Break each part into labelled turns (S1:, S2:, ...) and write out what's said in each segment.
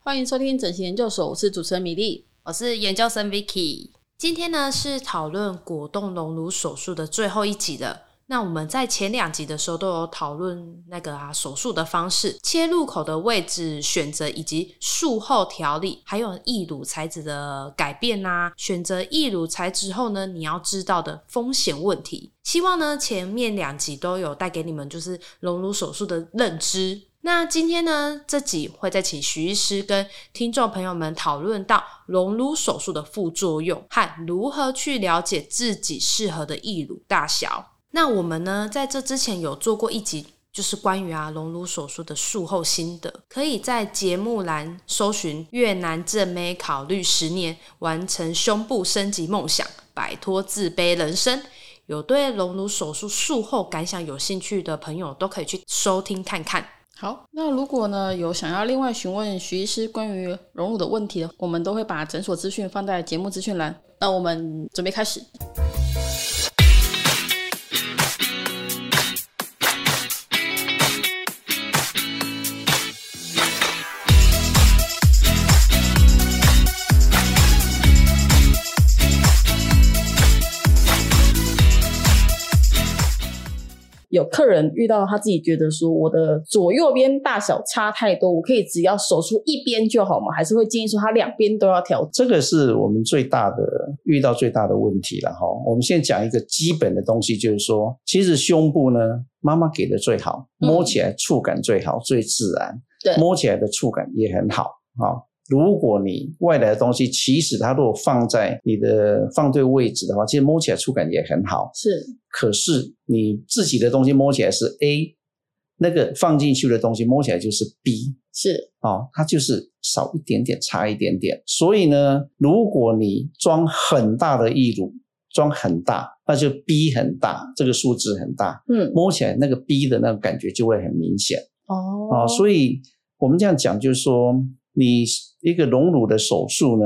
S1: 欢迎收听整形研究所，我是主持人米粒。
S2: 我是研究生 Vicky。今天呢是讨论果冻隆乳手术的最后一集了。那我们在前两集的时候都有讨论那个啊手术的方式、切入口的位置选择，以及术后调理，还有义乳材质的改变啊，选择义乳材质后呢，你要知道的风险问题。希望呢前面两集都有带给你们就是隆乳手术的认知。那今天呢，这集会再请徐医师跟听众朋友们讨论到隆乳手术的副作用和如何去了解自己适合的义乳大小。那我们呢，在这之前有做过一集，就是关于啊隆乳手术的术后心得，可以在节目栏搜寻“越南正妹考虑十年，完成胸部升级梦想，摆脱自卑人生”。有对隆乳手术术后感想有兴趣的朋友，都可以去收听看看。
S1: 好，那如果呢有想要另外询问徐医师关于荣乳的问题的，我们都会把诊所资讯放在节目资讯栏。那我们准备开始。有客人遇到他自己觉得说我的左右边大小差太多，我可以只要手术一边就好吗？还是会建议说他两边都要调整？
S3: 这个是我们最大的遇到最大的问题了哈。我们先讲一个基本的东西，就是说，其实胸部呢，妈妈给的最好，
S1: 嗯
S3: 摸起来触感最好，最自然，
S1: 对
S3: 摸起来的触感也很好啊、哦如果你外来的东西，其实它如果放在你的放对位置的话，其实摸起来触感也很好。
S1: 是
S3: 可是你自己的东西摸起来是 A，那个放进去的东西摸起来就是 B，
S1: 是，
S3: 哦，它就是少一点点，差一点点。所以呢，如果你装很大的义乳，装很大，那就 B 很大，这个数字很大，
S1: 嗯，
S3: 摸起来那个 B 的那种感觉就会很明显
S1: 哦
S3: 哦。所以我们这样讲，就是说，你一个隆乳的手术呢，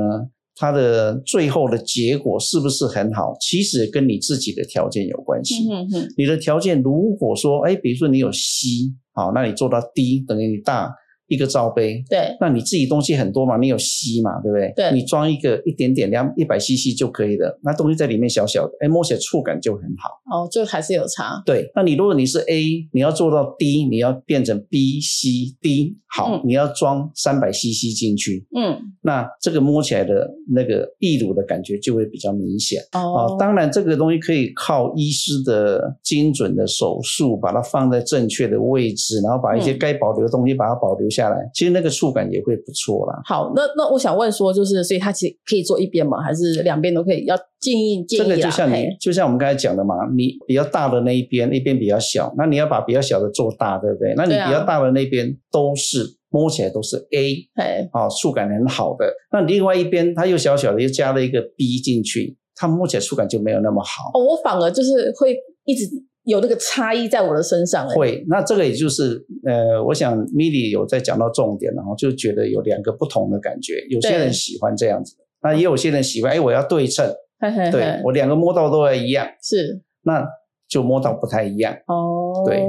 S3: 它的最后的结果是不是很好，其实跟你自己的条件有关系。
S1: 嗯哼，
S3: 你的条件如果说，哎，比如说你有 C，好，那你做到 D 等于你大一个罩杯，
S1: 对，
S3: 那你自己东西很多嘛，你有吸嘛，对不对？
S1: 对
S3: 你装一个一点点两一百 CC 就可以了，那东西在里面小小的，哎，摸起来触感就很好。
S1: 哦，就还是有差，
S3: 对，那你如果你是 A，你要做到 D，你要变成 B、C、D，好，
S1: 嗯
S3: 你要装三百 CC 进去，
S1: 嗯，
S3: 那这个摸起来的那个溢乳的感觉就会比较明显。
S1: 哦
S3: 哦，，当然这个东西可以靠医师的精准的手术，把它放在正确的位置，然后把一些
S1: 嗯
S3: 该保留的东西把它保留下来，其实那个触感也会不错啦。
S1: 好，那那我想问说，就是所以他其实可以做一边吗？还是两边都可以？要建议建议
S3: 这
S1: 啦
S3: 个就像你
S1: 嘿，
S3: 就像我们刚才讲的嘛，你比较大的那一边，那边比较小，那你要把比较小的做大，对不对？那你
S1: 对啊
S3: 比较大的那边都是、摸起来都是 A
S1: 嘿，
S3: 啊、触感很好的，那另外一边它又小小的，又加了一个 B 进去，它摸起来触感就没有那么好。
S1: 哦，我反而就是会一直有那个差异在我的身上，哎，
S3: 会，那这个也就是呃，我想 Milly 有在讲到重点，然后就觉得有两个不同的感觉，有些
S1: 对
S3: 人喜欢这样子，那也有些人喜欢，哎，我要对称，
S1: 嘿嘿
S3: 对
S1: 嘿，
S3: 我两个摸到都要一样，
S1: 是
S3: 那就摸到不太一样。
S1: 哦，
S3: 对。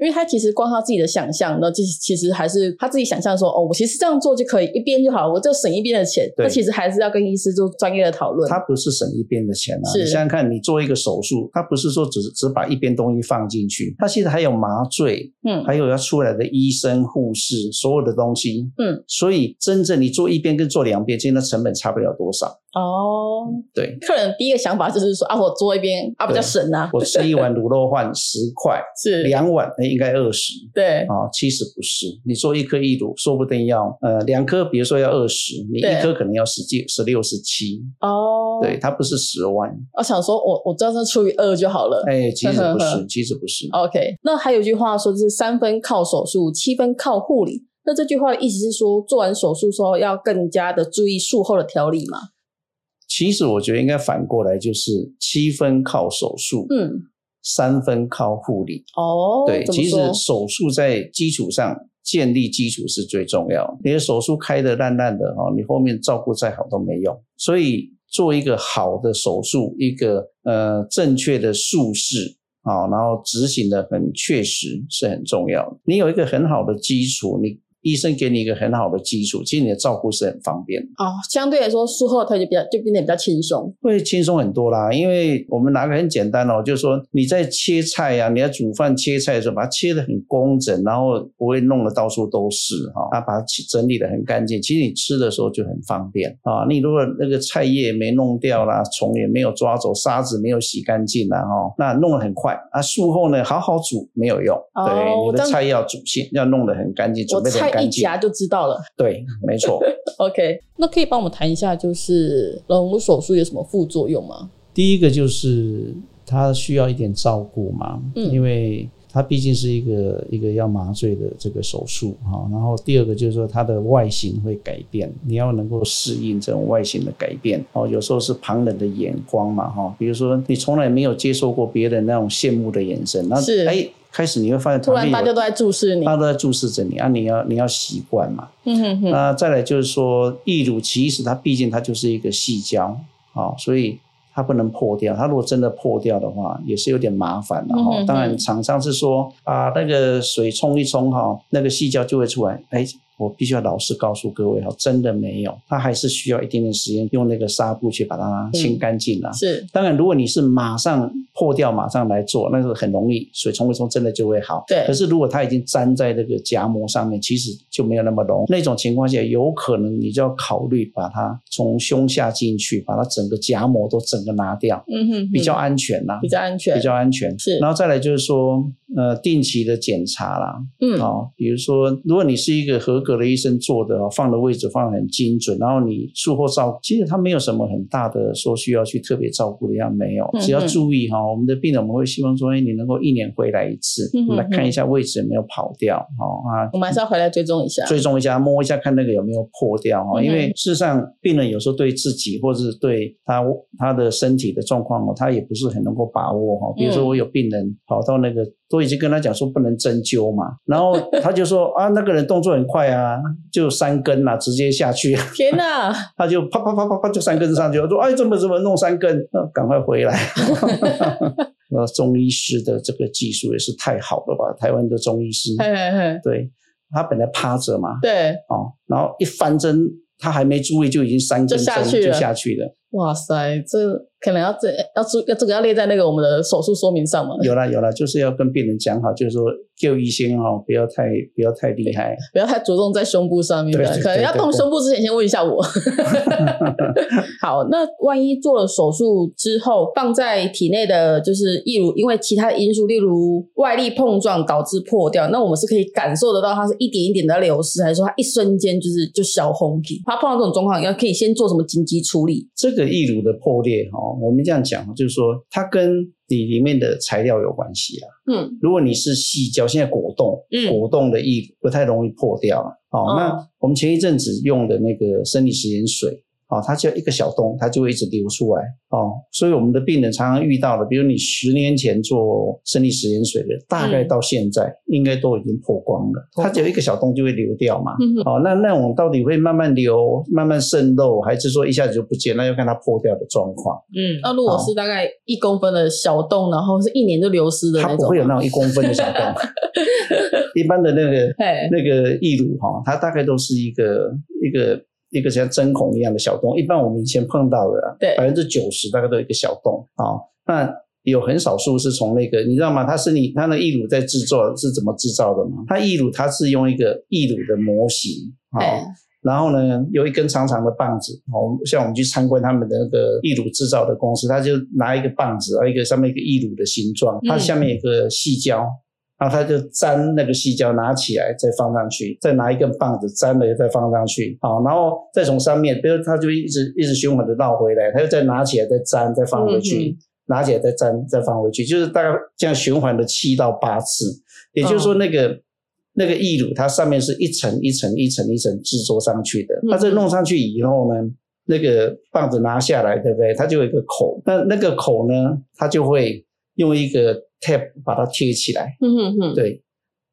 S1: 因为他其实光靠自己的想象，那其实其实还是他自己想象说，哦，我其实这样做就可以，一边就好，我就省一边的钱。
S3: 对
S1: 那其实还是要跟医师做专业的讨论。
S3: 它不是省一边的钱啊！
S1: 是
S3: 你想想看，你做一个手术，它不是说只只把一边东西放进去，它其实还有麻醉，
S1: 嗯，
S3: 还有要出来的医生、护士，所有的东西。
S1: 嗯，
S3: 所以真正你做一边跟做两边，其实那成本差不了多少。
S1: 哦，
S3: 对，
S1: 客人第一个想法就是说啊，我做一边啊比较省啊，
S3: 我吃一碗卤肉饭十块，
S1: 是，
S3: 两碗那应该二十
S1: 对，
S3: 啊，其实不是。你做一颗一卤，说不定要呃两颗，比如说要二十，你
S1: 对
S3: 一颗可能要十几、十六、十七。
S1: 哦，
S3: 对，，它不是十万，
S1: 我想说我我这样除以二就好了。
S3: 哎，其实不
S1: 呵呵呵
S3: 是，其实不是。
S1: OK，那还有一句话说，就是三分靠手术，七分靠护理。那这句话的意思是说，做完手术之后要更加的注意术后的调理嘛？
S3: 其实我觉得应该反过来，就是七分靠手术，
S1: 嗯，
S3: 三分靠护理。
S1: 哦，
S3: 对，
S1: 怎么
S3: 其实
S1: 说？
S3: 手术在基础上建立基础是最重要的。你的手术开得烂烂的哦，你后面照顾再好都没用。所以做一个好的手术，一个呃正确的术式。哦啊，然后执行的很确实是很重要的。你有一个很好的基础，你医生给你一个很好的基础，其实你的照顾是很方便的，
S1: 哦，相对来说术后它就比较就变得比较轻松。
S3: 会轻松很多啦。因为我们拿个很简单哦，就是说你在切菜啊，你要煮饭切菜的时候，把它切得很工整，然后不会弄得到处都是哈、啊，把它切整理得很干净。其实你吃的时候就很方便啊。你如果那个菜叶没弄掉啦，虫也没有抓走，沙子没有洗干净啦，哈、那弄得很快啊。术后呢，好好煮没有用，
S1: 哦这
S3: 对，你的
S1: 样
S3: 菜要煮性要弄得很干净，
S1: 我
S3: 准备得很
S1: 菜一
S3: 干净
S1: 夹，就知道了。
S3: 对，没错。
S1: OK，那可以帮我们谈一下，就是隆乳手术有什么副作用吗？
S3: 第一个就是他需要一点照顾嘛，
S1: 嗯
S3: 因为他毕竟是一个一个要麻醉的这个手术哈。然后第二个就是说它的外形会改变，你要能够适应这种外形的改变哦。有时候是旁人的眼光嘛哈，比如说你从来没有接受过别人那种羡慕的眼神，那
S1: 是
S3: 哎开始你会发现
S1: 突
S3: 旁
S1: 然
S3: 边
S1: 大家
S3: 有
S1: 都在注视你
S3: 大，家都在注视着你啊，你要你要习惯嘛。
S1: 嗯哼哼，
S3: 那再来就是说，义乳其实它毕竟它就是一个细胶啊、哦所以它不能破掉。它如果真的破掉的话，也是有点麻烦的哈、
S1: 嗯哼哼
S3: 当然，厂商是说啊，那个水冲一冲哈、那个细胶就会出来。哎，我必须要老实告诉各位哈、真的没有，它还是需要一点点时间，用那个纱布去把它清干净啊。
S1: 是
S3: 当然，如果你是马上破掉，马上来做，那是很容易，水冲一冲真的就会好。
S1: 对
S3: 可是如果它已经粘在这个夹膜上面，其实就没有那么容易。那种情况下，有可能你就要考虑把它从胸下进去，把它整个夹膜都整个拿掉，
S1: 嗯哼哼，
S3: 比较安全啦、
S1: 比较安全，
S3: 比较安全。
S1: 是
S3: 然后再来就是说，呃，定期的检查啦，
S1: 嗯
S3: 哦，比如说，如果你是一个合格的医生做的哦，放的位置放得很精准，然后你术后照，其实他没有什么很大的说需要去特别照顾的样，没有
S1: 嗯，
S3: 只要
S1: 嗯
S3: 注意哈、哦我们的病人我们会希望说，哎，你能够一年回来一次，
S1: 嗯嗯
S3: 来看
S1: 嗯
S3: 一下位置有没有跑掉，哦啊，
S1: 我们还是要回来追踪一下。
S3: 追踪一下，摸一下，看那个有没有破掉哈。
S1: 嗯
S3: 因为事实上，病人有时候对自己或是对他他的身体的状况哦，他也不是很能够把握哈。比如说，我有病人跑到那个，都已经跟他讲说不能针灸嘛，然后他就说啊，那个人动作很快啊，就三根呐、直接下去，
S1: 天 哪，
S3: 他就啪啪啪啪啪就三根上去，我说哎，怎么怎么弄三根，呃赶快回来。 呃，中医师的这个技术也是太好了吧？台湾的中医师，
S1: 嘿嘿嘿，
S3: 对他本来趴着嘛，
S1: 对，
S3: 哦，然后一翻针，他还没注意就已经三根
S1: 就下
S3: 针
S1: 去
S3: 就
S1: 了
S3: 下去 了。
S1: 哇塞，这可能要这要注要这个要列在那个我们的手术说明上嘛，
S3: 有啦有啦，就是要跟病人讲好，就是说救医生哦，不要太不要太厉害。
S1: 不要太着重在胸部上面
S3: 对
S1: 的
S3: 对，对
S1: 可能要
S3: 对对
S1: 动
S3: 对
S1: 胸部之前先问一下 我。 好，那万一做了手术之后，放在体内的就是，例如因为其他的因素，例如外力碰撞导致破掉，那我们是可以感受得到它是一点一点的流失，还是说它一瞬间就是就小红体？它碰到这种状况，要可以先做什么紧急处理？
S3: 这个义乳的破裂哈、哦，我们这样讲就是说，它跟你里面的材料有关系啊。
S1: 嗯
S3: 如果你是细胶，现在果冻，
S1: 嗯，
S3: 果冻的义乳不太容易破掉了。哦，
S1: 哦
S3: 那我们前一阵子用的那个生理食盐水。哦，它只要一个小洞，它就会一直流出来哦。所以我们的病人常常遇到的，比如你十年前做生理食盐水的，大
S1: 嗯
S3: 概到现在、应该都已经破光了。它只有一个小洞就会流掉嘛。
S1: 嗯哼
S3: 哦，那那种到底会慢慢流、慢慢渗漏，还是说一下子就不见？那要看它破掉的状况。
S2: 嗯，
S1: 那如果是大概一公分的小洞，然后是一年就流失的
S3: 它
S1: 那
S3: 不
S1: 种
S3: 会有
S1: 吗，
S3: 那种一公分的小 洞。一般的那个
S1: 嘿
S3: 那个义乳哈，它大概都是一个一个一个像针孔一样的小洞。一般我们以前碰到的，
S1: 对
S3: 百分之九十大概都有一个小洞啊、哦那有很少数是从那个，你知道吗？它是你它的义乳在制作是怎么制造的吗？它义乳它是用一个义乳的模型啊。哦
S1: 嘿
S3: 然后呢，有一根长长的棒子，哦，像我们去参观他们的那个义乳制造的公司，他就拿一个棒子，啊然后一个上面一个义乳的形状，它
S1: 嗯
S3: 下面有一个细胶，然后他就粘那个细胶，拿起来再放上去，再拿一根棒子粘了再放上去，好，然后再从上面，比如他就一直一直循环的绕回来，他又再拿起来再粘再放回去，
S1: 嗯嗯
S3: 拿起来再粘再放回去，就是大概这样循环了七到八次，也就是
S1: 嗯
S3: 说那个。那个义乳，它上面是一层一层一层一层制作上去的。
S1: 嗯
S3: 它这弄上去以后呢，那个棒子拿下来，对不对？它就有一个口，那那个口呢，它就会用一个 tape 把它贴起来，
S1: 嗯哼哼，
S3: 对，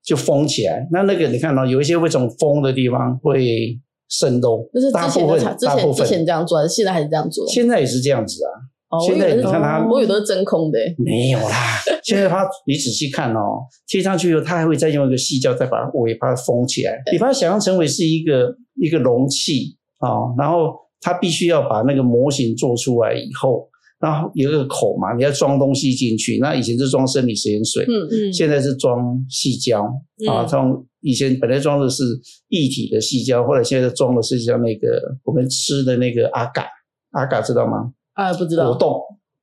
S3: 就封起来。那那个你看到、哦有一些会从封的地方会渗漏，
S1: 就是之
S3: 大
S1: 前
S3: 部
S1: 的
S3: 分
S1: 产，之
S3: 大部
S1: 前之前
S3: 分
S1: 这样做，现在还是这样做。
S3: 现在也是这样子啊。
S1: 哦，我
S3: 现在
S1: 以为
S3: 你
S1: 是
S3: 看它
S1: 我有的是真空的欸，
S3: 没有 啦，现在它你仔细看哦，贴上去以后，它还会再用一个细胶再把尾巴封起来。你把它想象成为是一个一个容器哦，然后它必须要把那个模型做出来以后，然后有一个口嘛，你要装东西进去。那以前是装生理食盐水，
S1: 嗯
S2: 嗯
S3: 现在是装细胶啊，
S2: 嗯
S3: 装以前本来装的是一体的细胶，后来现在装的是像那个我们吃的那个阿嘎，阿嘎知道吗？
S1: 啊，不知道
S3: 果冻，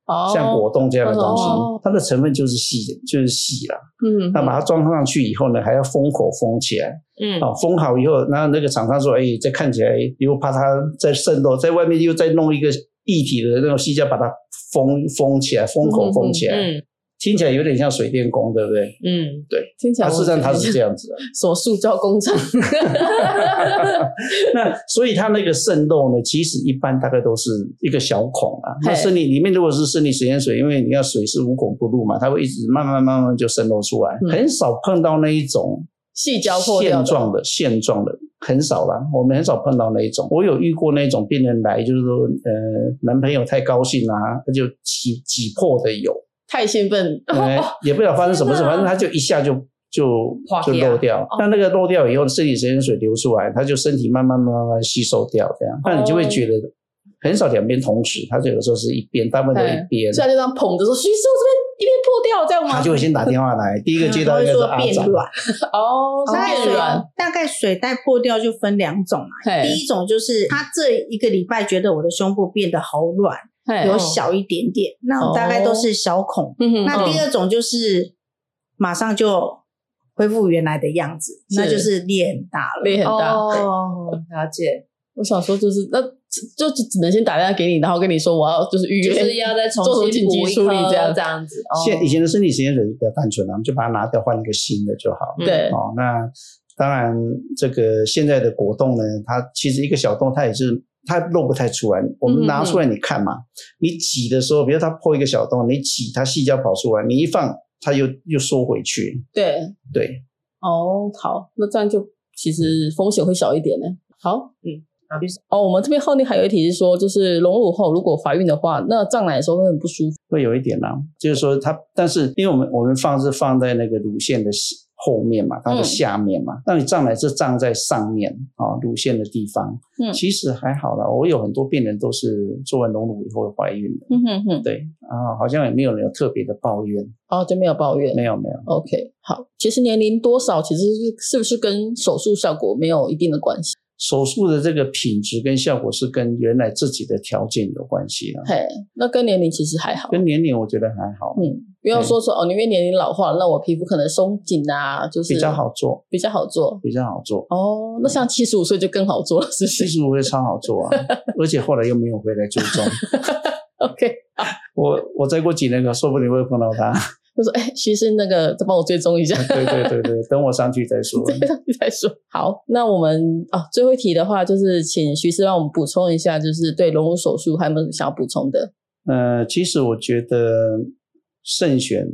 S1: 哦，
S3: 像果冻这样的东西，
S1: 哦
S3: 它的成分就是细，就是细啦。
S1: 嗯，
S3: 那把它装上去以后呢，还要封口封起来，
S2: 嗯
S3: 啊，封好以后，那那个厂商说，哎，这看起来又怕它再渗透，在外面又再弄一个一体的那种细胶，把它封封起来，封口封起来，
S2: 嗯
S3: 听起来有点像水电工，对不对？
S2: 嗯，
S1: 听起来
S3: 它
S1: 我
S3: 事实上它
S1: 觉得
S3: 是这样子的。
S1: 手塑胶工 厂，
S3: 那所以它那个渗漏呢，其实一般大概都是一个小孔啊。
S1: 嘿
S3: 那生理里面如果是生理食盐水，因为你要水是无孔不入嘛，它会一直慢慢慢慢就渗漏出来，
S1: 嗯
S3: 很少碰到那一种
S1: 细胶破掉
S3: 现状
S1: 的，
S3: 的现状的很少啦，我们很少碰到那一种。我有遇过那种病人来，就是说呃男朋友太高兴啊，他就挤挤破的有，
S1: 太兴奋，
S3: 哎、也不知道发生什么事，
S2: 天哪
S3: 反正他就一下就就
S2: 垮
S3: 就
S2: 掉
S3: 漏掉。那那个漏掉以后，身体食盐水流出来，他就身体慢慢慢慢慢慢吸收掉，这样，那你就会觉得很少两边同时，他就有时候是一边，大部分都一边。
S1: 所以他就这样捧着说：“徐师傅这边一边破掉，这样吗？”
S3: 他就会先打电话来，第一个接
S4: 它
S3: 到
S4: 嗯会
S3: 应该是
S4: 说
S3: 阿
S4: 变
S3: 长，
S4: 软，
S1: 哦，
S4: 大概
S1: 变
S4: 水
S1: 软，
S4: 大概水袋破掉就分两种嘛。
S3: 哎
S1: 嘿
S4: 第一种就是他这一个礼拜觉得我的胸部变得好软，
S3: 哎
S1: 嘿
S3: 哦
S4: 有小一点点，那种大
S1: 哦
S4: 概都是小孔。
S1: 嗯哼
S4: 那第二种就是马上就恢复原来的样子，
S1: 是
S4: 那就是裂很大了。
S1: 力很大。
S2: 哦，了解，
S1: 我想说，就是那就就只能先打电话给你，然后跟你说我要就是预
S2: 就
S1: 约，
S2: 是要再重
S1: 做出
S2: 新
S1: 紧
S2: 补
S1: 急
S2: 一
S1: 处理
S2: 颗
S1: 这样
S2: 这样子，哦
S3: 现以前的身体实验水比较单纯了，我们就把它拿掉，换一个新的就好。
S1: 对，
S3: 哦，那当然，这个现在的果冻呢，它其实一个小洞，它也是它露不太出来。我
S1: 嗯
S3: 们拿出来你看嘛，你挤的时候，比如它破一个小洞，你挤它细胶跑出来，你一放它又又缩回去。
S1: 对，
S3: 对，
S1: 哦，好，那这样就其实风险会小一点呢。好，
S2: 嗯，
S1: 好
S3: 啊
S1: 哦，我们这边后面还有一题是说，就是隆乳后如果怀孕的话，那胀奶的时候会很不舒服。
S3: 会有一点啦、就是说它，但是因为我们我们放是放在那个乳腺的下后面嘛，它的
S1: 嗯
S3: 下面嘛，那你胀奶是胀在上面啊、乳腺的地方。
S1: 嗯
S3: 其实还好啦，我有很多病人都是做完隆乳以后怀孕的。
S1: 嗯哼哼，
S3: 对啊，好像也没有人有特别的抱怨，
S1: 哦，就没有抱怨。
S3: 没有没有，
S1: OK，好，其实年龄多少其实是是不是跟手术效果没有一定的关系？
S3: 手术的这个品质跟效果是跟原来自己的条件有关系的，
S1: 嘿，那跟年龄其实还好。
S3: 跟年龄我觉得还好，
S1: 嗯，不要说说哦，因为年龄老化，那我皮肤可能松紧啊，就是
S3: 比较好做，
S1: 比较好做。
S3: 比较好做。
S1: 哦，那像七十五岁就更好做了，是不
S3: 其
S1: 是
S3: 实我也超好做 啊，而且后来又没有回来追踪，
S1: ？OK，
S3: 我我再过几年，说不定会碰到他。
S1: 就说哎，徐生那个再帮我追踪一下，
S3: 对对对对，等我上去再说。
S1: 追上去 再说。好，那我们啊，最后一题的话就是请徐师帮我们补充一下，就是对隆乳手术还有没有想要补充的？
S3: 呃，其实我觉得慎选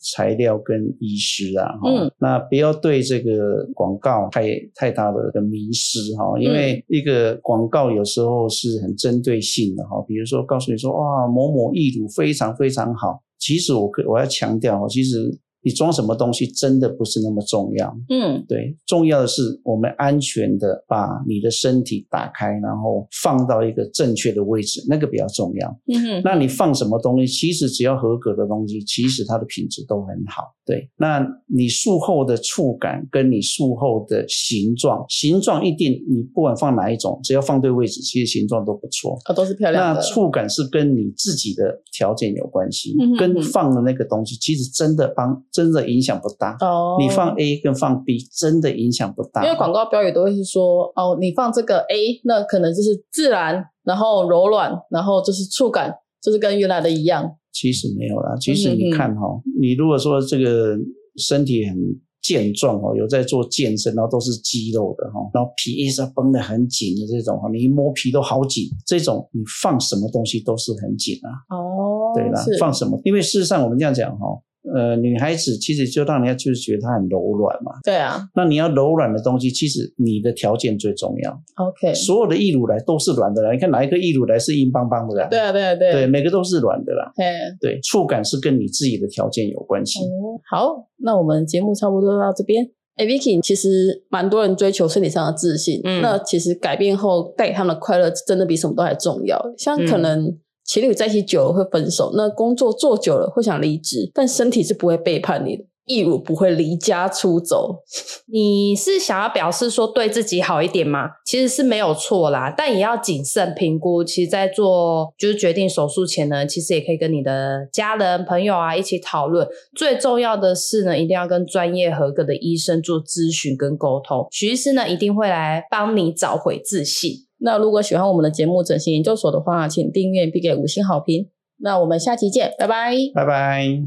S3: 材料跟医师啊，哈、
S1: 嗯
S3: 那不要对这个广告太太大的一个迷失哈、因为一个广告有时候是很针对性的哈、比如说告诉你说哇某某义乳非常非常好，其实我可我要强调哦，其实你装什么东西真的不是那么重要，
S1: 嗯，
S3: 对，重要的是我们安全的把你的身体打开，然后放到一个正确的位置，那个比较重要。
S1: 嗯哼，
S3: 那你放什么东西，其实只要合格的东西，其实它的品质都很好。对，那你术后的触感跟你术后的形状，形状一定你不管放哪一种，只要放对位置，其实形状都不错。
S1: 啊、都是漂亮
S3: 那
S1: 的。
S3: 触感是跟你自己的条件有关系，
S1: 嗯哼
S3: 跟放的那个东西其实真的帮真的影响不大。
S1: 哦，
S3: 你放 A 跟放 B 真的影响不大，
S1: 因为广告标语都会是说，哦，你放这个 A，那可能就是自然，然后柔软，然后就是触感，就是跟原来的一样。
S3: 其实没有啦，
S1: 嗯
S3: 其实你看哈、哦，你如果说这个身体很健壮哦，有在做健身，然后都是肌肉的哈、哦，然后皮一直绷得很紧的这种哈、哦，你一摸皮都好紧，这种你放什么东西都是很紧啊，
S1: 哦
S3: 对啦，
S1: 是
S3: 放什么？因为事实上我们这样讲哈、哦，呃，女孩子其实就让人家就是觉得她很柔软嘛。
S1: 对啊
S3: 那你要柔软的东西，其实你的条件最重要。
S1: ，OK，
S3: 所有的易乳来都是软的啦，你看哪一个易乳来是硬邦邦的啦？
S1: 对啊，对啊，对啊，
S3: 对，每个都是软的啦。
S1: 嘿，
S3: 对，触感是跟你自己的条件有关系。
S1: 哦，好，那我们节目差不多到这边。哎，Vicky，其实蛮多人追求身体上的自信，
S2: 嗯
S1: 那其实改变后带给他们的快乐，真的比什么都还重要。像可能情侣在一起久了会分手，那工作做久了会想离职，但身体是不会背叛你的，义乳不会离家出走。
S2: 你是想要表示说对自己好一点吗？其实是没有错啦，但也要谨慎评估。其实，在做就是决定手术前呢，其实也可以跟你的家人、朋友啊一起讨论。最重要的是呢，一定要跟专业合格的医生做咨询跟沟通。徐医师呢，一定会来帮你找回自信。
S1: 那如果喜欢我们的节目《整形研究所》的话，请订阅并给五星好评。那我们下期见，拜拜。
S3: 拜拜。